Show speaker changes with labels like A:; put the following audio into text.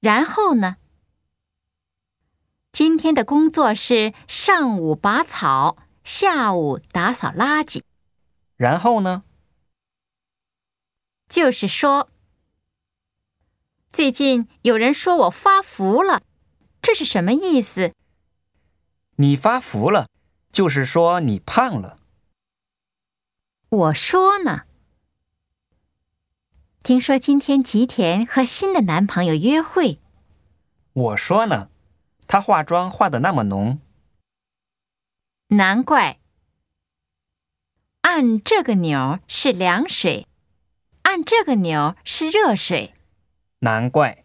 A: 然后呢？今天的工作是上午拔草，下午打扫垃圾。
B: 然后呢？
A: 就是说，最近有人说我发福了，这是什么意思？
B: 你发福了，就是说你胖了。
A: 我说呢，听说今天吉田和新的男朋友约会，
B: 我说呢，她化妆化的那么浓，
A: 难怪。按这个钮是凉水，按这个钮是热水。
B: 难怪。